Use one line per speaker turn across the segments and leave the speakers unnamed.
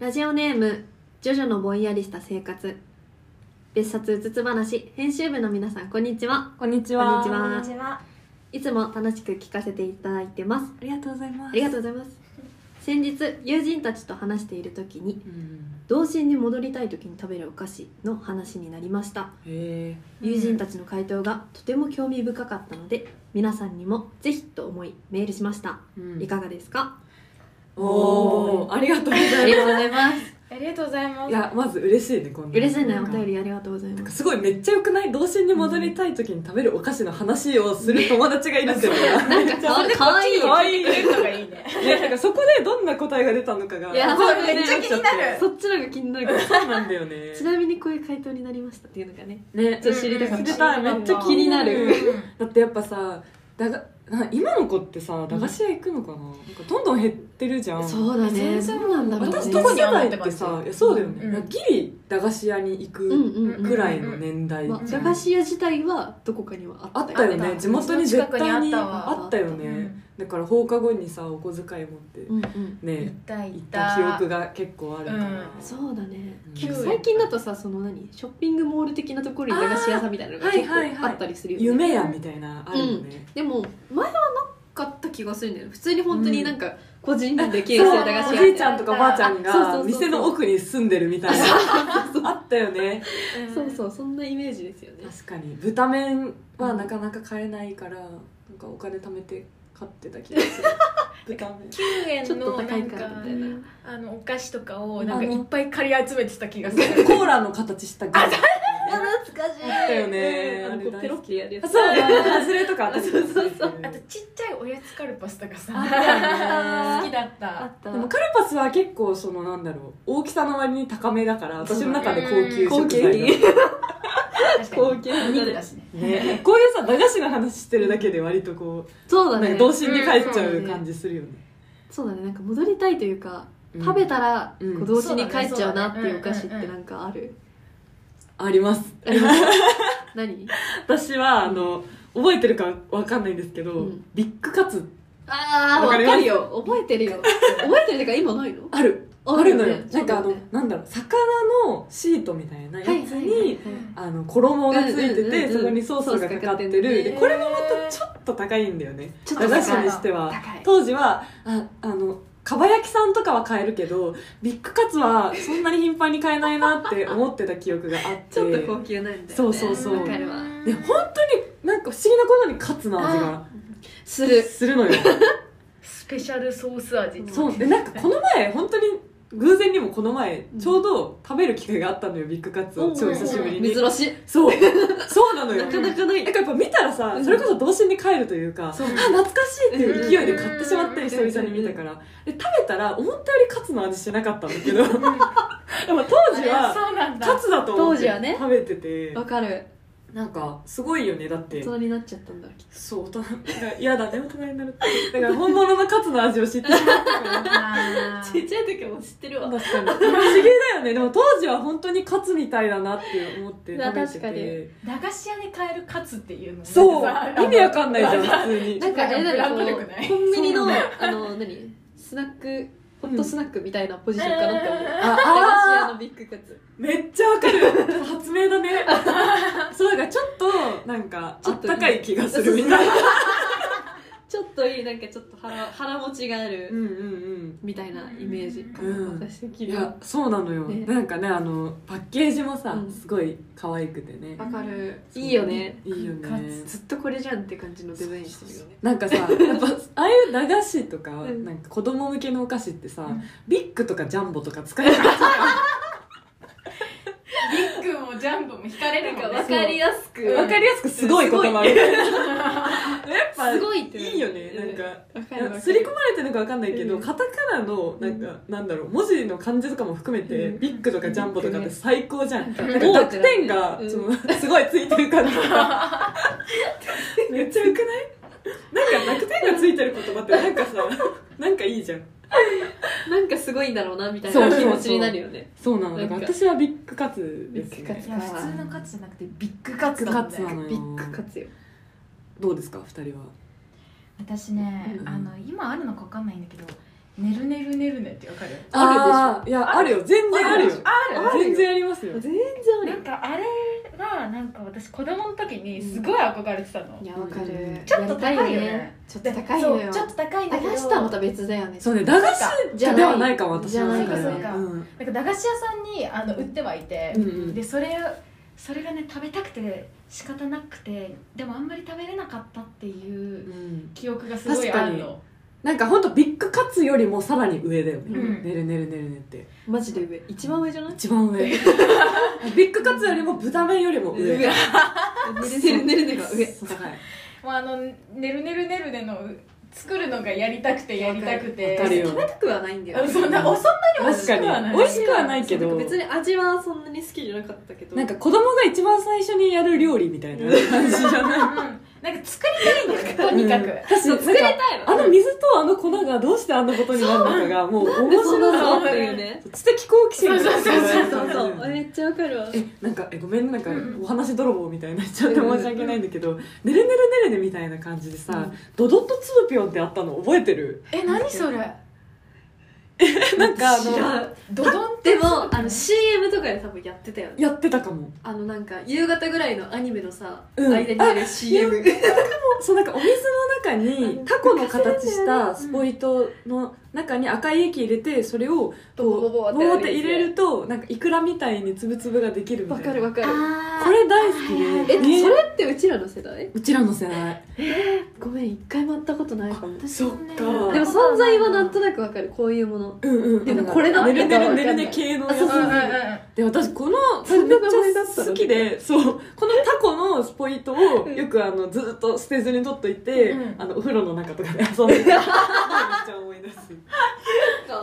ラジオネームジョジョのぼんやりした生活別冊うつつ話編集部の皆さんこんにちは
こんにち
は
は。
こん
こん
に
にちはい
つも楽しく聞かせていただいてます
ありがとうございます。
ありがとうございます先日友人たちと話している時に
うん。
童心に戻りたい時に食べるお菓子の話になりました
へ
うん
友人たちの回答がとても興味深かったので皆さんにもぜひと思いメールしました
え
い。かがですか、
おお、ありがとうござ
あ
い
り
ま。
がとうございます
ありがとうございますす
いや、まず嬉しいね、こん な。
嬉しいね
な
お
んか
便。りありがとうございます
すごいめっちゃ良くない童心に戻りたい時に食べるお菓子の話をする友達がいるんですよ。
なんかかわかわいい
可愛い
くれるのがいいね
ね、なんかそこでどんな答えが出たのかが。
いや
そう
めっちゃ
気になる
そっちの方が気になるから
そうなんだよね。
ちなみにこういう回答になりましたっていうのがね
ね、
ちょっと知りたかっ
うん
た
知り
知りた
た
い
い、
な
めっちゃ気になる。だってやっぱさだがな今の子ってさ駄菓子屋行くのかな,、なんかどんどん減ってるじゃん
そうだね
全然
うなんだ
私
ね
と
どこ
か
に
世代ってさいやそうだよね、
うん
ギリ駄菓子屋に行
うん
く
うんうん
くらいの年代、
まあ、
じゃ
駄
ん
菓子屋自体はどこかにはあ
あ
っ
ったたよ
あっ
ね
た
地元に絶対
うちの近くに
に
あったわ
あったよね、
うん
だから放課後にさお小遣い持って、
うんうん
行っ
ね
た行
行
っ
った
た
記憶が結構あるから、
うん
そうだね
うん
結構最近だとさその何ショッピングモール的なところに駄菓子屋さんみたいなのが
あー
結
はいはい
構
は
あ
い
ったりするよね、
夢やみたいなあるよね、
でも前はなかった気がするんだよね普通に本当になんか個人で経営
そ
し
う
てる
お
駄菓子
そう
じ
屋
いちゃんとかおばあちゃん
あそうそうそうそ
が
う
店の奥に住んでるみたいなあったよね
うん
そうそうそんなイメージですよね
確かに豚麺はなかなか買えないから、なんかお金貯めて買ってた気が する豚麺
9円
ちょっと
の
高
ないん
から
か
みたいな
あのお菓子とかをなんか
あの
いっぱい借り集めてた気がする
コーラの形したグラス
懐かしい
あったよね
あのこ
あれ大好
う
き
ペロッてやるや
あ
つ
そうハズレとかあった
そうそうそう
あとちっちゃいおやつカルパスとか
あっ
さ
たよ
好
ね
きだっ
あ
た
った
でもカルパスは結構そのなんだろう大きさの割に高めだから私の中で高級
高
食
級
材
品
確かに
高級品
お肉だしね
ね、こういうさ駄菓子の話してるだけで割とこ
そう
う、
だ
なん
ね
か童心に帰っちゃう感じするよね、
そうだねなんか戻りたいというか食べたら
うん
こう同時に帰っちゃうなっていうお菓子ってなんかある
あります
あります 何
私はあの覚えてるかわかんないんですけど、
うん
ビッグカツ
ああわ
わ
か
かります
るよ覚えてるよ覚えてるってか今ないの
あるあるのよなんかあ
そうだ
の
ね
なんだろう魚のシートみたいなやつ
はいはいはいは
に
い
あの衣がついて
うんうんうんう
て
ん
そこにソースがかかって
ソースかかって
る
んね
でこれもまたちょっと高いんだよね
ちょっと高
駄
い
菓子にしては
高い
当時はああのかば焼きさんとかは買えるけどビッグカツはそんなに頻繁に買えないなって思ってた記憶があって
ちょっと高級なんだよね
そうそうそう
わかるわ
で本当になんか不思議なことにカツの味が
する
するのよ
スペシャルソース味
そうでなんかこの前本当に偶然にもこの前ちょうど食べる機会があったのよビッグカツを超久しぶりに
珍しい
そうそうなのよ
なかなかない
なんかやっぱ見たらさ、
うん
それこそ童心に帰るというか、
そう
あ懐かしいっていう勢いで買ってしまって
うん
久々に見たから、で食べたら思ったよりカツの味しなかったんだけどでも当時
あれ
は
そうなんだ
カツだと思
当
っ
時
て
はね
食べてて、
わかる
なんかすごいよねだっ
大
て
人になっちゃったんだ
そう大人が嫌だね大人になるってだから本物のカツの味を知ってしまったから
あー
ちゃい時も知ってる
確かに不思議だよねでも当時は本当にカツみたいだなって思って食べて
確かに
て
駄菓子屋で買えるカツっていうのも
そう
なんかさ
意味わかんないじゃん普通に
なんかあれだよ
ブラン
こ
ド力な
う
い
コンビニの
そうなん
あ の何スナックホットスナックみたいなポジションかなって思う
うん
駄
あ
菓子
あ
屋のビッグカツ
ーめっちゃわかる発明 だねそうだからちょっとなんか
ち
あ
ょっ
っ
と
たかい気がするみたいな
ちょっといいなんかちょっと腹腹持ちがあ
う
る
んうん
みたいなイメージかな、
うん
私的
うんい
には
やそうなのよ、
ね
なんかねあのパッケージもさ、
うん
すごい可愛くてね
わかるいいよね
いいよ
か
ね
ずっとこれじゃんって感じのデザインしてるよね
な んかさやっぱああいう駄菓子とか,、
うん
なんか子供向けのお菓子ってさ、
うん
ビッグとかジャンボとか使 えなかった
ビッグもジャンボも惹かれるか
わ
ら
かりやすく
わかりやすくすごい言 葉みたいな。やっぱ、
すごいって
いいよね。なんか、
わかるわかる
すり込まれてるのかわかんないけど、
うん
カタカナの、なんか、なんだろう、文字の漢字とかも含めて、
うん
ビッグとかジャンボとかって最高じゃ
う
ん。
ん
なんか濁点が、
うん
そのすごいついてる感じとか。 めっちゃよくないなんか濁点がついてる言葉ってなんかさ、なんかいいじゃん。
なんかすごいんだろうなみたい
そう
な
そう
気
そう
持ちになるよね
そうなの。だから私はビッグカツ
ビ
で
ッ
す
グカ
ね
ツ。
いや普通のカツじゃなくてビッグカツだもん
ビッグカツな
ね
の
ビッグカツよ
どうですか、二人は。
私ね、
うん
あの今あるのか分かんないんだけどねるねるねるねってわかる
あるでしょいやあるよ全然あるよ
ある
全然ありますよ
全然あ
なんかあれはなんか私子供の時にすごい憧れてたの、
いやわかる、
うん
ちょっと高いよね
やりたちょっと高い
そ
の
う
よ
ちょっと高いんだ
駄
けど
菓子とはまた別だよね
そうね駄菓子じゃではないかも私
じゃ
の
ない
中で
そ
は
うかそうか
うん
なんか駄菓子屋さんにあの売ってはいて、
うんうん
でそれそれがね食べたくて仕方なくてでもあんまり食べれなかったっていう
うん
記憶がすごいあるの
なんかほんとビッグカツよりもさらに上だよ
う
ね
ん
ねるねるねるねって
マジで上一番上じゃない
一番上 ビッグカツよりも豚麺よりも上
上ねるねるねるねが上
そう高い
もうあのねるねるねるねの作るのがやりたくてやりたくて
わかるよ
食べたくはないんだ
あ
よ
のそんなおそんなに美味
確
しくは
か
ない
に美味しくはないけ
そう
ど
なんか別に味はそんなに好きじゃなかったけど
なんか子供が一番最初にやる料理みたい な感じじゃない
うんなんか作りたいんだよねとにかく
私
そう作りたいの
あの水とあの粉がどうしてあんなことになるのかがもう面
でそんな
白
の
い
っていうね
知的好奇心が
そうそうそう
そうそうめっちゃわかるわ
えなんかえごめんなんか
うん
お話泥棒みたいになっちゃって
うん
申し訳ないんだけど「ねるねるねるね」みたいな感じでさ
う
ドドッとつぶぴょんってあったの覚えてる
え何それ
なんかあ
知ら
の
ん
ドドンって
でもあの CM とかで多分やってたよね
やってたかも
あのなんか夕方ぐらいのアニメのさ、
うん
間にある CM
そうなんかお水の中
あの
にタコの形したスポイトの中に赤い液入れてそれを
ボボボボ
ボ
って
ーって入れるとなんかイクラみたいにつぶつぶができるみ
わ
たいな
かるわかる
あー
これ大好きで
はいはい
え、
ね
それってうちらの世代
うちらの世代
ごめん一回も会ったことないかもでも
そっか
存在はなんとなくわかるこういうもの
うんうん
でもこれだ
ねるねるねる
わ
ね
かんない
系のや
あそう
うんうんうん
つで私このこれめっちゃ好きでそうこのタコのスポイトを
うん
よくあのずっと捨てずに取っといて
うん
あのお風呂の中とかで遊んでめっちゃ思い出す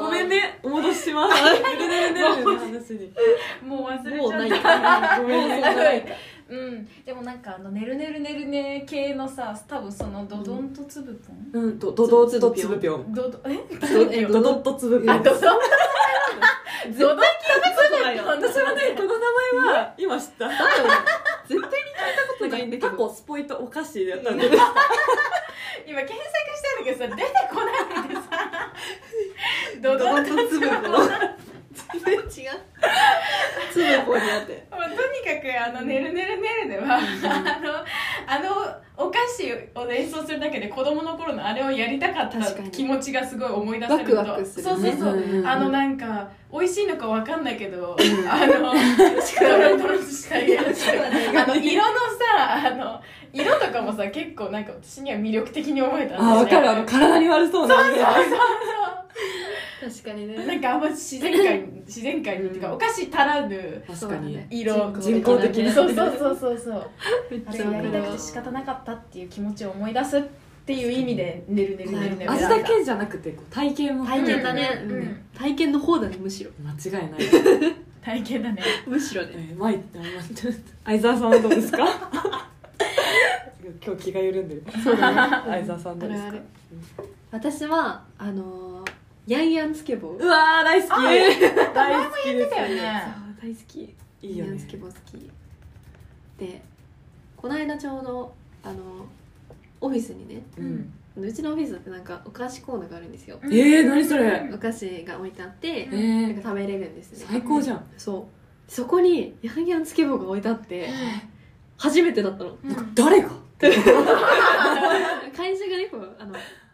ごめんねお戻ししますねるねるねるねの話に
もう忘れ
もう
ち
な
ゃ
い
っ
よ
た
ごめんね
もうないか
うん、でもなんかあの「ねるねるねるね」系のさ多分そのドドンとつぶぽん、
うんとドドッとつぶぴょん
ドドえ
え
ドドッとつぶぴょ
あ
ん
ドドンドドン
私はねこの名前は今知った
絶対に聞いたことないんだけど
タコスポイトお菓子やったんだけど
今検索してるんだけどさ出てこないでさド
ド
ド
ド
ン
ンとつぶこ全 然違うつぶこになって
まあ、とにかくあの「ねるねるねるね」はあのあのお菓子を演奏するだけで子供の頃のあれをやりたかった
確かに
気持ちがすごい思い出される
ワクワクするね
そうそうそう、
うんうんうん
あのなんか美味しいのかわかんないけどあのドロドロしたいや つあの色のさあの色とかもさ結構なんか私には魅力的に思えたん
あ、わかる。あ
そ
の、
う
体に悪そうな。
そうそう
確かに
な
ね
んかあんま自然界に自然界にっていうかお菓子足らぬ
確かに。
色
人
工的な
そうそうそうそうそう
めっ
あ
ち
れ
ゃわ
や
か
り
る
た
わ
くて仕方なかったっていう気持ちを思い出すっていう意味で「ねるねるねるね」
味だけじゃなくて、こう体験も。
体験だね、
うん
うん体験の方だねむしろ
間違いない。
体 験だね
むしろ
え
ね
ー、マイって 思っちゃった。相沢さんはどうですか今日気が緩んでる。
そうだ ね
相沢さんどうです
あ
か
る私はあのー、ヤンヤンつけ棒
うわー、大好き
あ
大好きで
出
す
たよね
そう大好き
いいよ
ヤン
ね
つ。け棒好きでこの間ちょうどあのオフィスにね
うん
うちのオフィスだってなんかお菓子コーナーがあるんですよ
え
えー何それ
お菓子が置いてあって
え
うん
なん
ー
か、食べれるんですね
最高じゃん。
そうそこにヤンヤンつけ棒が置いてあって初めてだったの
うん
誰が
会社がねこうあの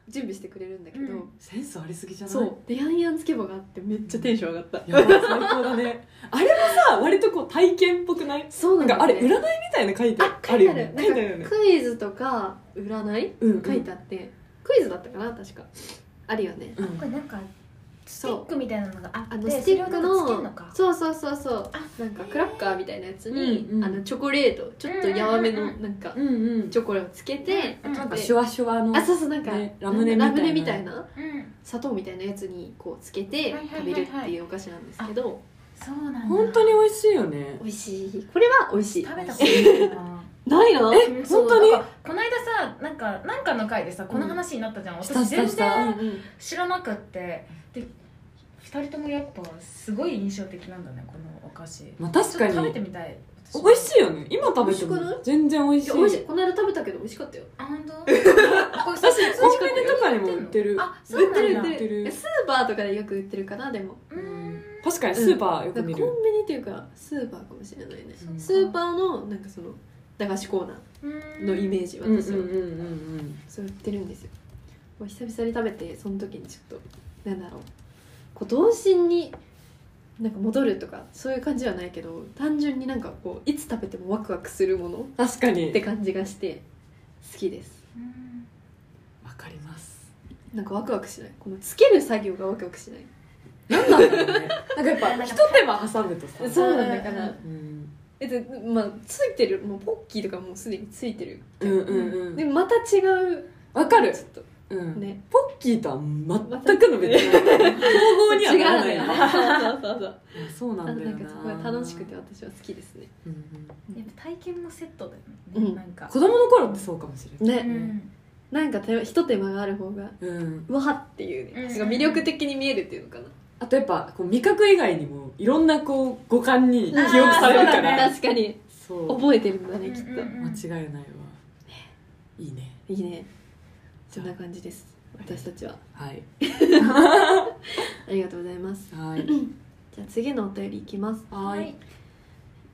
準備してくれるんだけど、
うん
センスありすぎじゃない
そうでヤンヤンつけ棒があってめっちゃテンション上がった
やばい最高だね。あれもさ、割とこう体験っぽくない
そう
な
なんん
かあ
だ
れ
よ
占
ね
いみたいな書いて
あ書いてある
書いてあるよ
なん
ね
か。クイズとか占い
うん
書いてあって、クイズだったかな確かあるよね
うん
れなんかス
そう
みたいなのがあっ
あのスティック
それをなんかつけん
のそうそうそうそう
あ
なんかクラッカーみたいなやつに、
うんうん
あのチョコレートちょっとやわめの
うんうんう
なんか
うんうん
チョコレートつけて、
うん
なんか
で
シュワシュワの
あそうそうなんか、
ねラムネみたいな
ラムネみたいな
うん
砂糖みたいなやつにこうつけて
はいはいはいはい
食べるっていうお菓子なんですけど、
そうなんだ
本当に美味しいよね
美味しいこれは美味しい
食べたことないな
ないな
え
うん
本当に
そうなんかこの間さなんかなんかの回でさこの話になったじゃん
した
私
した
全
し
然
た
うんうん
知らなくってで2人ともやっぱすごい印象的なんだねこのお菓子
まあ確かに
ちょっと食べてみたい私も
美味しいよね今食べても
美味しくない
全然美味しい
や美味しいこの間食べたけど美味しかったよ
あ本当
私
私
コンビニとかにも売ってる
あそう
売って
なん
る
だ
売って
売ってる
るえスーパーとかでよく売ってるかなでも
うーん
確かにスーパーよ
な
く
ん
見
かコ
る、
ンビニっていうかスーパーかもしれないね
うん
スーパーのなんかその駄菓子コーナ
うー
ー
ん
のイメージ
うん、うんうん
私
う
は、
んうん
そう売ってるんですよまあ久々に食べてその時にちょっとなんだろうこう童心になんか戻るとかそういう感じはないけど単純になんかこういつ食べてもワクワクするもの
確かに
って感じがして好きです
うーん
わかります
なんかワクワクしないこのつける作業がワクワクしない
なんなん だろうねなんかやっぱひと手間挟むとさ
そうなんだから
うん
えっとまあついてるもうポッキーとかもうすでについてる
うんうんう
で
ん
また違う
わかる
ちょっと
うん
ね
ポッキーとは全くの別 物統合にはならない
違うね
ね
そうそうそうそう
そうな
あの
んだ
な
よ
んか
な
そこが楽しくて私は好きですね
うんうん
やっぱ体験のセットだよね、
うん
なんか
子供の頃ってそうかもしれない
うん
ねなんか手ひと手間がある方が
うん
わはっていう
うん
ねなんか魅力的に見えるっていうのかな
あとやっぱこう味覚以外にもいろんなこう五感に記憶されるか
あーそうだ
ら
ね
確かに
そう,、
覚えてるんだね
うん
きっ
うんうん
間違いないわいいね
といいね
じ
そ
ゃ
んな感じです私たちは
あはい
ありがとうございます
はい
じゃあ次のお便りいきます
は
はいい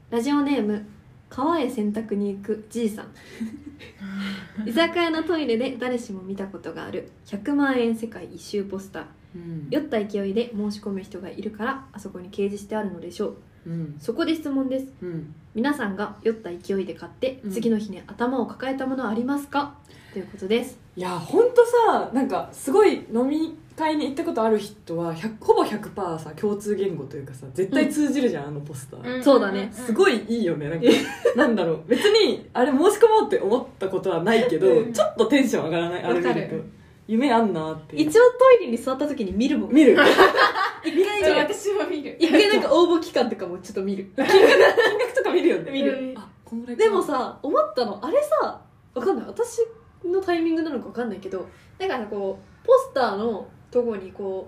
ラジオネーム川へ洗濯に行くじいさ ん居酒屋のトイレで誰しも見たことがある100万円世界一周ポスター
うん
酔った勢いで申し込む人がいるからあそこに掲示してあるのでしょう
うん
そこで質問です
うん
皆さんが酔った勢いで買って、
うん
次の日に頭を抱えたものはありますかということです
いやほんとさなんかすごい飲み会に行ったことある人は100ほぼ100%さ共通言語というかさ絶対通じるじゃん、あのポスター、
ん
そうだね
す
い
ごいいいよねなんかなんだろう別にあれ申し込もうって思ったことはないけど、
うん
ちょっとテンション上がらないあれ見
わか
ると
る
夢あんなって
一応トイレに座った時に見るもん
見る 金
一回
それ
ね
私も見る
一回なんか応募期間とかもちょっと見る
額とか見るよね
見る
あこんぐらいかな
でもさ思ったのあれさわかんない私のタイミングなのかわかんないけどだからこうポスターのとこにこ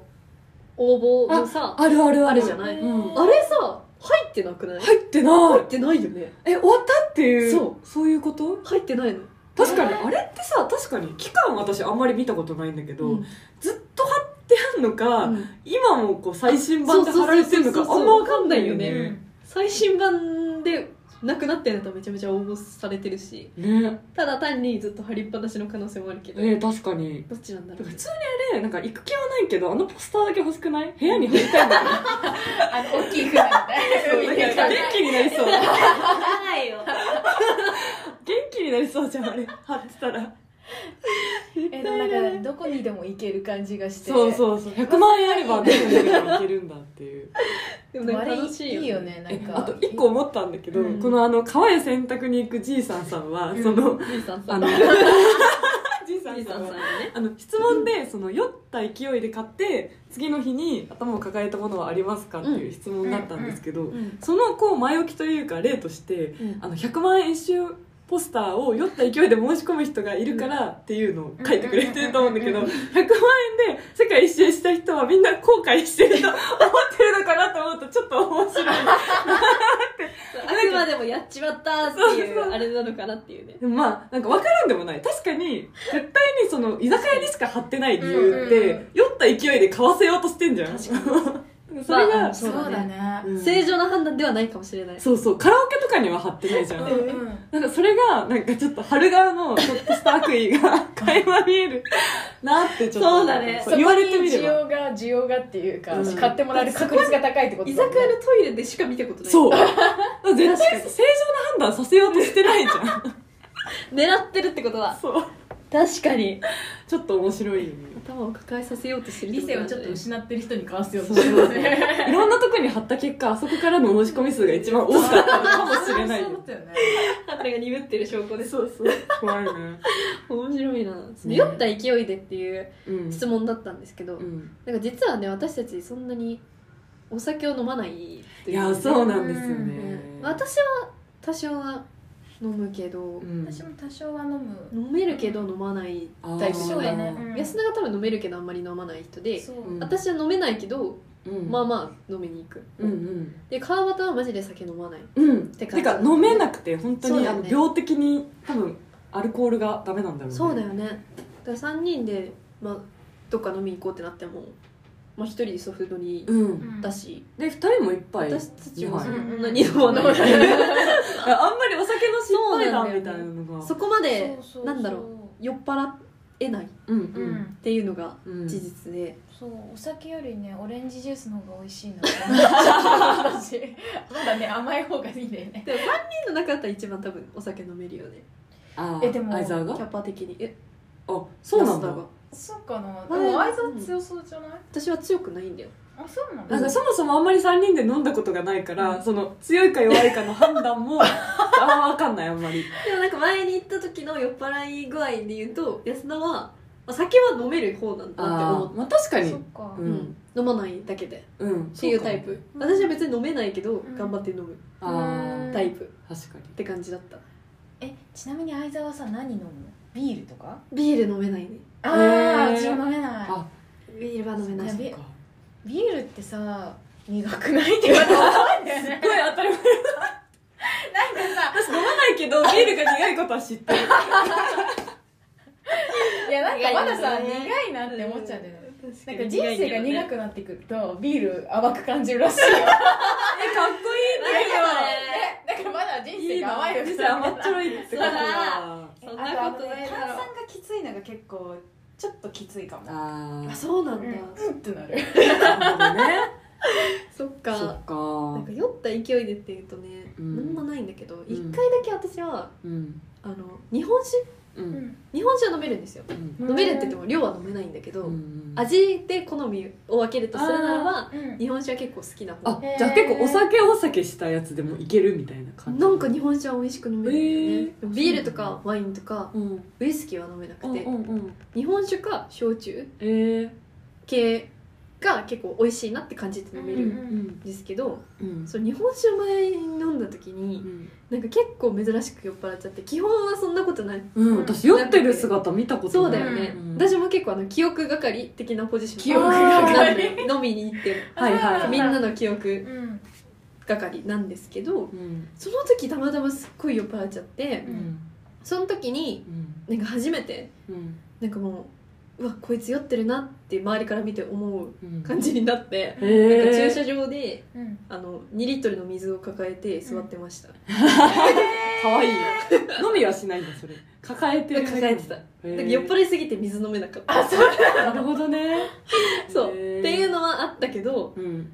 う応募のさあ
あるあるある
あるじゃない
うん
あ
れさ入ってなくない
入ってな
入
い
ってないよね
え終わったっていう
そ
そういうこと
入ってないの
確かに
えー
あれってさ確かに期間私あんまり見たことないんだけど、
うん
ずっと貼ってあんのか、
うん
今もこう最新版で貼られてるのか
そうそうそう
あ
そ
ん
う
まわかんないよ
う
ね、
最新版でなくなってるのとめちゃめちゃ応募されてるし
ね
ただ単にずっと貼りっぱなしの可能性もあるけど、
えー確かに
どっちなんだろう
普通にあれなんか行く気はないけどあのポスターだけ欲しくない部屋に貼りたいんだ
あの大きい船み
けど
たいな
元気になりそう元
ないよ
気になりそうじゃんあれ貼ってたら
えでもなんかどこにでも行ける感じがして
そうそうそう100万円あれば どこにでも行けるんだっていう
でも
あ
なんか
れい
楽しいよ
いよねなん
え
か
あと一個思ったんだけど、
うん
このあの川へ洗濯に行くじいさんさんは、
うん
そ の
じいさんさ
あ
ん
の
じ
じいさん
い
さ
さ
ん
んさん
は
よね
あの質問でその酔った勢いで買って次の日に頭を抱えたものはありますかっていう質問だったんですけど、
うん
そのこう前置きというか例として
うん
あの100万円一周ポスターを酔った勢いで申し込む人がいるからっていうのを書いてくれてると思うんだけど
う
100
ん
万円で世界一周した人はみんな後悔してると思ってるのかなと思うとちょっと面白い。
あくまでもやっちまったってい
そうそうう
あれなのかなっていうね
でもまあなんか分からんでもない確かに絶対にその居酒屋にしか貼ってない理由って、
うんうん
酔った勢いで買わせようとしてんじゃんそれ
ま
が、
あ
そうだね
うん
正常な判断ではないかもしれない
そうそうカラオケとかには貼ってないじゃん、
うん
なんかそれがなんかちょっと春側のちょっとした悪意が垣間見えるなってちょっと
そうだね
そ
言
こ
われ
に
てみれ
需
ば
要が需要がっていうか、
うん
買ってもらえる確率が高いってこと
居
だ
酒
もんね
屋のトイレでしか見たことない
そう
う
絶 対正常な判断させようとしてないじゃん
狙ってるってことだ
そう
確かに
ちょっと面白いよね
頭を抱えさせようとしてる
理性をちょっと
後
失ってる人に買わせようと
そう
してますね
いろんなとこに貼った結果あそこからの申し込み数が一番多かったのかもしれない
そう
よ
だったよね
ろ判断が鈍ってる証拠です
そうそう怖いね
面白いな、その
ね
酔った勢いでっていう
うん
質問だったんですけど、
うん
なんか実はね私たちそんなにお酒を飲まないという
いやそうなんですよ
う
ね
ん私は多少は飲むけど、
うん
私も多少は飲む
飲めるけど飲まない、
あー
大丈夫だねうん
安田が多分飲めるけどあんまり飲まない人で
そう
うん
私は飲めないけど
うん
まあまあ飲みに行く、
うん
で川端はマジで酒飲まない
うんうん
てか
てか飲めなくて本当
そう
に、
だ
あ
よね
の病的に多分アルコールがダメなんだろうね
そうだよねだから3人で、まあ、どっか飲みに行こうってなっても、まあ、1人ソフトに
うん
だし、
で2人も一杯
私たちも
はい
そんな
何
に飲まない、
ああんまりお酒の失敗
そ
談
うなん
み
だ
た
よ
い
ね
なのが
そこまでなんだろう酔っ払えないっ
うん
う
うん
ん
ていうのが
うん
事実で、
そうお酒よりねオレンジジュースの方が美味しいな
私 まだね甘い方がいいんだよね
でも3人の中だったら一番多分お酒飲めるよね
あ
えでも
相沢
キ
が
ャパ的にえ
あそうなん
安
だ
田が
そうかな
前
でも愛沢強そうじゃない
私は強くないんだよ
あそうなの
なんかそもそもあんまり3人で飲んだことがないから、その強いか弱いかの判 断もああ分かんないあんまり
でもなんか前に行った時の酔っ払い具合で言うと安田は、まあ、酒は飲める方なんだって思っ
まあ確か
そっか、
た、
うん
うん飲まないだけで
うん
っていうタイプ
うん
私は別に飲めないけど、
ん
頑張って飲む
ああ
うん
タイプっ
確かに
て感じだった
えちなみに相沢はさ何飲むのビールとか
ビール飲めないね
あ
ー
うちも飲めない
あ
ビールは飲めない
や
し
べ
そっか
ビールってさ苦くないって言われたんだ よね
すごい当たり前
なんかさ
私飲まないけどビールが苦いことは知っ てる
いやなんかまださ
苦いよね
苦いなって思っちゃうんだよね
確
なん
に
か人生が苦くなってくるとビール淡く感じるらし いよ
えかっこいい
なんかね
えだからまだ人
い
生
い
が
な
甘い
人
の
生甘っちょろいってことだ
そんなことないだ
炭
ろ
酸がきついのが結構ちょっときついかも
あ
あそうなんだ、
うんってなる
あなるほどね
そっ
そ
か
っか
なんか酔った勢いでっていうとね、
うん
なんもないんだけど
ん
一、回だけ私は
うん
あの日本酒
う
うんん
日本酒は飲めるんですよ
うん
飲めるって言っても量は飲めないんだけど、
うん
味で好みを分けるとするならば
うん
日本酒は結構好きな方
あじゃあ結構お酒お酒したやつでもいけるみたいな感じ
なんか日本酒は美味しく飲めるんだよね、
へー
ビールとかワインとか
うん
ウイスキーは飲めな
う
く
ん
て、
うんうん
日本酒か焼酎
えー
系が結構美味しいなって感じて飲める
う
ん
んうん
ですけど、
うん
そう日本酒を前に飲んだ時になんか結構珍しく酔っ払っちゃって基本はそんなことない
うん私酔ってる姿見たこと
そう
な
だ
い
よね、
うん
私も結構あの記憶係的なポジション
記憶係
飲みに行って
はいは
みんなの記憶
うん
係なんですけど
うん
その時たまたますっごい酔っ払っちゃって
うん
その時に
うん
なんか初めて
うん
なんかもううわこいつ酔ってるなって周りから見て思う
うん
感じになって、
え
なんか駐車
ー
場で
うん
あの2リットルの水を抱えて座ってました、
かわいい飲みはしないんだそれ抱えてる
抱えてただ
えー
から酔っ払いすぎて水飲めなかった
なるほどね
そう、
えー
っていうのはあったけど
うん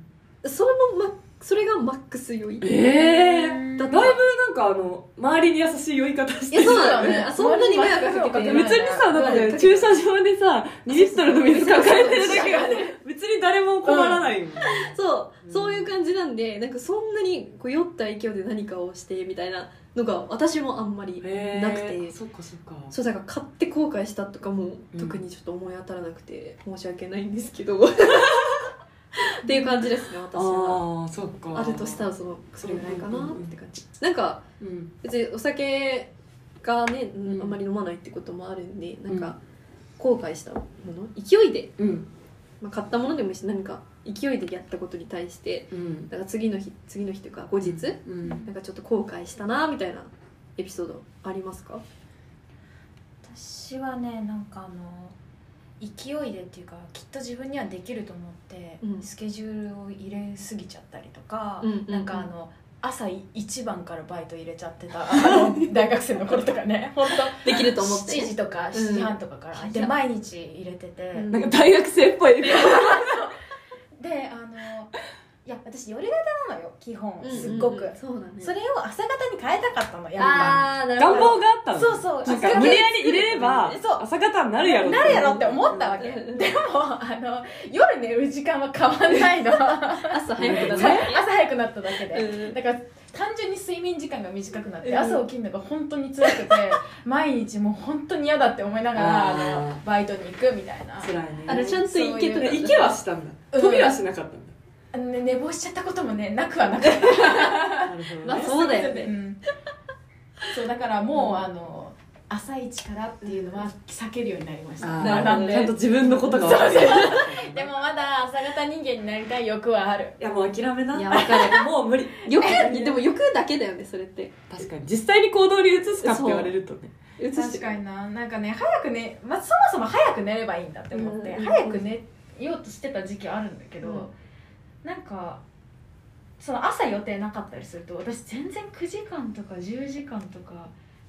それも、ま、それがマックス酔い
えー
だ
だい
って
ぶなんかあの周りに優しい酔い方して
いやそうな
だ
のねあそんなに迷惑かけてな
周り
い
別にさだって駐車場でさ2リットルの水抱えてるだけが別に誰も困らないよね
そううんそういう感じなんでなんかそんなにこう酔った勢いで何かをしてみたいなのが私もあんまり
へー
なくて
そっかそっか
そうだから買って後悔したとかも
うん
特にちょっと思い当たらなくて申し訳ないんですけ どっていう感じですね私は
ああそっか
あるとしたらそのそれぐらいかなって感じなんか
うん
別にお酒がねうん
うん
あんまり飲まないってこともあるんでなんか後悔したもの勢いで、
うん
まあ、買ったものでもいいし何か勢いでやったことに対して
うん
だから次の日次の日というか後日、
うん
なんかちょっと後悔したなみたいなエピソードありますか
私はねなんかあの勢いでっていうかきっと自分にはできると思って、
うん
スケジュールを入れすぎちゃったりとか、
うんうんうん
なんかあの朝一番からバイト入れちゃってた あの大学生の頃とかね本
できる
当
と思って
7時とか7時半とかから、
うん
で毎日入れてて、
うん
なんか大学生っぽい
であのいや私夜型なのよ基本
うんうんうん
すっごく、
そうだね
それを朝型に変えたかったのやっぱ
ああなるほ
願
ど
望があったの
そうそう
なんか無理やり入れれば
そう
朝方になるやろ
なるやろって思ったわけ
うん
でもあの夜寝る時間は変わんない の朝
朝早くだ ね
早くなっただけで、
うん
だから単純に睡眠時間が短くなっ
うん
て朝起きるのが本当に 辛くて毎日もう本当に嫌だって思いながら
あー
あのバイトに行くみたいな
辛いね
あれちゃんと行けと
そう
で
ね
行けはしたんだ
うん
飛びはしなかったんだ
あのね寝坊しちゃったこともねなくはなかった
なるほど
まあ
ね
そうだよ
う
ね
んそうだからもう、
うん
あの
朝一からっていうのは避けるようになりまし
あ
た
な
ー
るほどね
ちゃんと自分のことが分かる
でもまだ朝方人間になりたい欲はある
いやもう諦めない
やわかる
もう無理
欲でも欲だけだよねそれって
確かに実際に行動に移すかって言われるとね
映して
確かにななんかね早くね、まあ、そもそも早く寝ればいいんだって思って、
うん
早く寝ようとしてた時期あるんだけど、
うん
なんかその朝予定なかったりすると私全然9時間とか10時間とか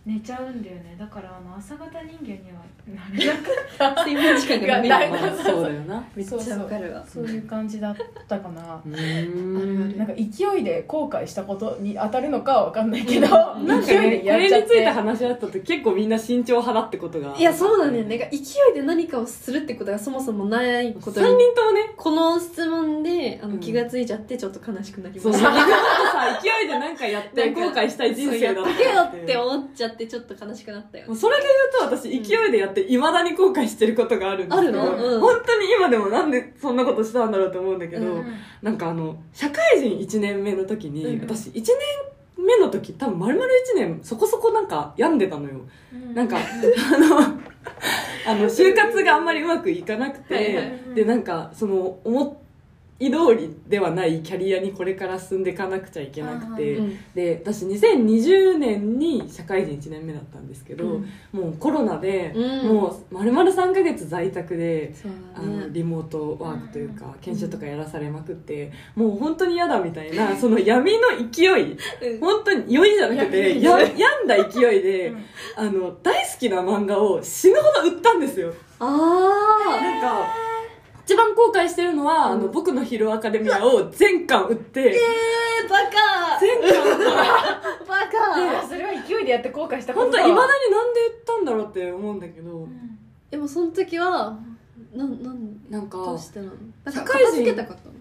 寝ちゃうんだよねだからあの朝方人間にはなれなく
睡眠時間が
い
め
や
っ
だ
ち
いぶ
まあそうだよな
めっちゃわかるわ
そういう感じだった かな
う
ある
ーん
なんか勢いで後悔したことに当たるのかは分か んないけど、
なんか
勢い
ね
で
こ
やっち
れ
ゃっ
について
て
話し合った時結構みんな慎重派だってことが
いやそうなんだよねなんか勢いで何かをするってことがそもそもないこ
3人
と
とも
に
ね
この質問であ
う
の
ん
気がついちゃってちょっと悲しくなり
そう
まし
そう
た、
みんなさ勢いでなんかやって後悔したい人生だ
そうやっとけよ
た
って思っちゃってちょっと悲しくなったよ
もうそれで言うと私勢いでやっていまだに後悔してることがあるんですけど、
あるのうん
本当に今でもなんでそんなことしたんだろうと思うんだけど、
うん
なんかあの社会人1年目の時に、
うん
私1年目の時多分丸々1年そこそこなんか病んでたのよ、なんか、あの あの就活があんまりうまくいかなくて、
はいはい
でなんかその思い通りではないキャリアにこれから進んでいかなくちゃいけなくて、
うんうん
で私2020年に社会人1年目だったんですけど、もうコロナで、
うん
もう丸々3ヶ月在宅で。
そうだ
あの
ね
リモートワークというか研修とかやらされまくってもう本当に嫌だみたいなその闇の勢い本当に酔いじゃなくて
闇
や病んだ勢いで
うん
あの大好きな漫画を死ぬほど売ったんですよ
あ
なんか一番後悔してるのは「あの僕のヒーローアカデミア」を全巻売って
ーえーバカ
全巻
バカ
あそれは勢いでやって後悔したこ
本
と
当
だ
いまだになんで売ったんだろうって思うんだけど
でもその時はなんなん
なんか
どうしてなのなん
社
か
会人
片付けたかったの
い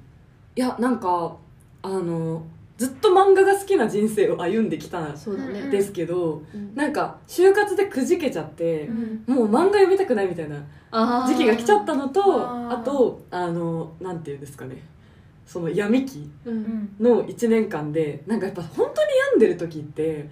やなんかあのずっと漫画が好きな人生を歩んできたん
そうだ
うん
ね
ですけど、
うん
なんか就活でくじけちゃって、もう漫画読みたくないみたいな
あー
時期が来ちゃったのと
あ
あ
ー
とあのなんていうんですかねその闇期
うん
の1年間でなんかやっぱ本当に病んでる時って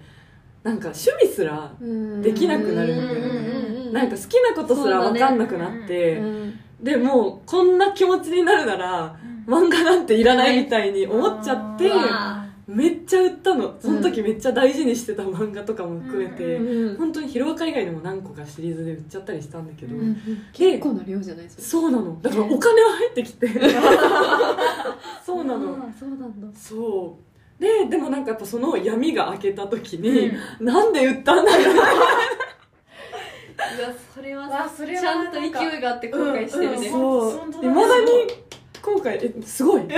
なんか趣味すら
うん
できなくなるんだよね
うんうんうん
なんか好きなことすら分かんなくなって、
うん
でもうこんな気持ちになるなら漫画なんていらないみたいに思っちゃって、
うわ
めっちゃ売ったのその時めっちゃ大事にしてた漫画とかも含めて、
うん
本当に広岡以外でも何個かシリーズで売っちゃったりしたんだけど、
う
うんうん
で
結構な量じゃないですか
そうなのだからお金は入ってきて そうなの
あーそうなんだ
そうででもなんかやっぱその闇が明けた時に
う、
なんで売ったんだろう
いやそれは
わそれは
ちゃんと勢いがあって後悔してる
うん
ね、
そう
本当
い
だ
まだに後悔えすごい
思い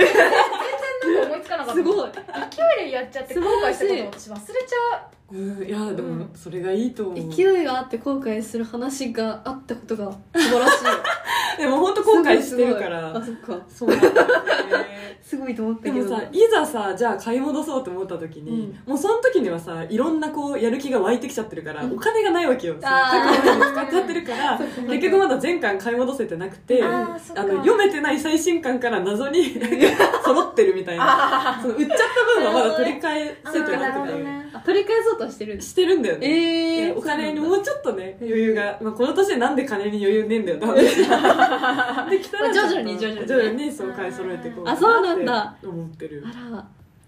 つかなかった
すごい
勢いでやっちゃって後悔したこと私忘れちゃ
うんいやで
う
も
ん
それがいいと思う
勢いがあって後悔する話があったことが素晴らしい
でも本当後悔してるから
すごいすごいあそっか
そうなんだよね
すごいと思ったけ
で
ど
もさいざさじゃあ買い戻そうと思った時に、もうその時にはさいろんなこうやる気が湧いてきちゃってるから、
うん
お金がないわけよその
あー
高いのに使っちゃって るから結局まだ前巻買い戻せてなくて
あーそっか
の読めてない最新巻から謎に 揃ってるみたいなその売っちゃった分はまだ取り返せて
な
な
るほ
く
ど
て、
ね
あ取り返そうとはしてるんです
してるんだよね、
え
で
ー、
お金に
そうな
も
んだ
うちょっとね余裕が、まあ、この年でなんで金に余裕ねえんだよ多分できたらちょっと
まあ徐々に徐々にね
徐々にそう買い揃えていこうか
あそうなんだ
って思ってる
あ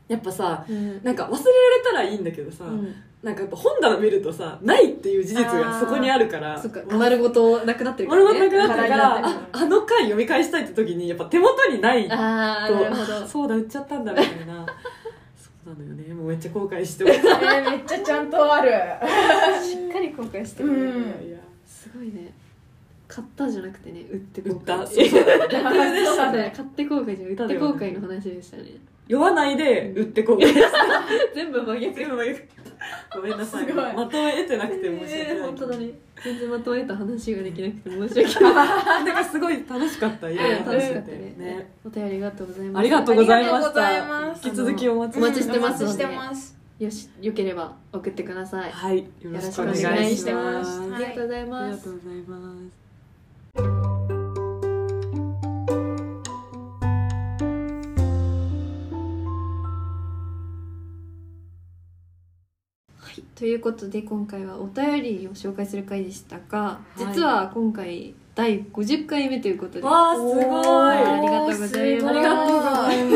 やっぱさ
らうん
なんか忘れられたらいいんだけどさ、
うん
なんかやっぱ本棚見るとさないっていう事実がそこにあるから
そっか丸ごとなくなってるか
俺も
らね
なくなってるから
課題になってる
ああの回読み返したいって時にやっぱ手元にないと
ああーなるほ
あ
ど
そうだ売っちゃったんだみたいなそうなのよねもうめっちゃ後悔してますい
った、えー、めっちゃちゃんとある
しっかり後悔して
う
るね、
ん
やいや
すごいね買ったじゃなくてね売って後悔
売った
そう
そうそう
逆でしたね買って後悔じゃなくて売って後悔の話でしたね
酔わないで売って後悔した
全部真逆
全部真逆ごめんなさい
すごい
まとめてなくて申し
えー、
訳ない
本当だね全然まとめた話ができなくて申し訳ない
なんかすごい楽しかった今
うん楽
話
し
し
か
て
った
て
ね
ね
お便りありがとうございます
ありがとうございまし
ありがとうござい
た
ます
引き続きお待ち
お待ちしてます
お
ので
待ちしてます
よしよければ送ってください
はい、よろ
よろ
し
し
く
く
お
お
願
願
い
い
し
し
ま。
ますす
はい
ありがとうござい
あり
ま
が
す
とうございます。
はいということで今回はお便りを紹介する回でしたが、
い
実は今回第50回目ということで
わあすごい
ありがとうございます
ありがとうございま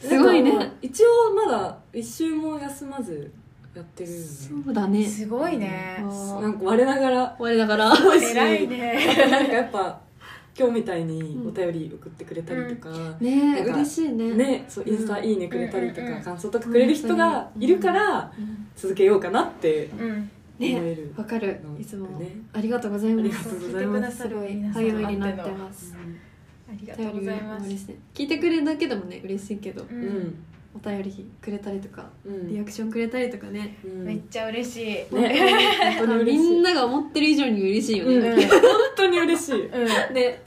す
すごいね
なんか一応まだ一周も休まずやってるよね
そうだね
すごい
あ
ね
なんか我ながら
我ながら
偉いね
なんかやっぱ今日みたいにお便り送ってくれたりとか、
ね
なんか
嬉しいね
ね、そう
うん
インスタ「いいね」くれたりとか、
うんうんうん
感想とかくれる人がいるから
うん
続けようかなって
う
思
ん
ね
える、
わかる
なんか
いつも
ね
ありがとうござい
あり
ま
が
す
とうご
聞い
ざい
てく
ま
だ
す
さ
す
る
ごい
皆さん
励みになってます
ありがと
お
うご
便り
ざ
も
います
嬉しい聞いてくれるだけでもね嬉しいけど
う
うんん
お便りくれたりとか
うん、
リアクションくれたりとかね
うん
めっちゃ嬉しい
ね本当に
み
嬉しい
んなが思ってる以上に嬉しいよね、
うん
う
本当に嬉しい
ん
で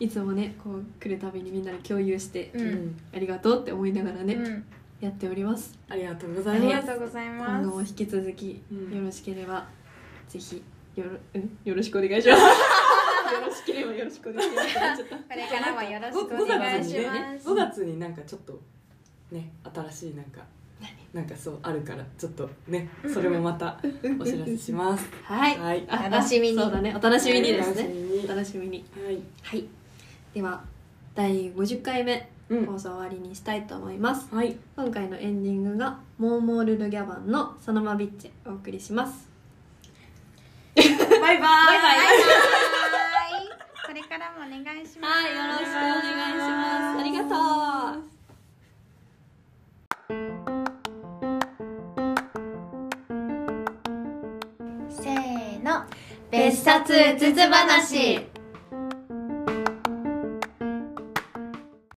いつもねこう来るたびにみんなで共有して、
うん
ありがとうって思いながらね、
うん
やっております
ありがとうござ
あ
い
り
ま
が
す
とうございま
今
す
後も引き続き
うん
よろしければ、ぜひよろ,、うん、よろしくお願いしますよろしければよろしくお願いします
これからもよろし
ご
くお
5
願い
月に
し
ね
ます
5月になんかちょっとね新しいなんかなんかそうあるからちょっとねそれもまたお知らせします
はい
はい
あ
楽しみに
あそうだねお楽しみにです
お楽
ね
しみに
お楽しみに
はい
はいでは第50回目
うん
放送終わりにしたいと思います
はい
今回のエンディングがモーモールルギャバンのそのまビッチお送りします
バイバ
バイバイ
これからもお願いします
はい、よろしくお願いします。ありがとう。
せーの別冊うつつ話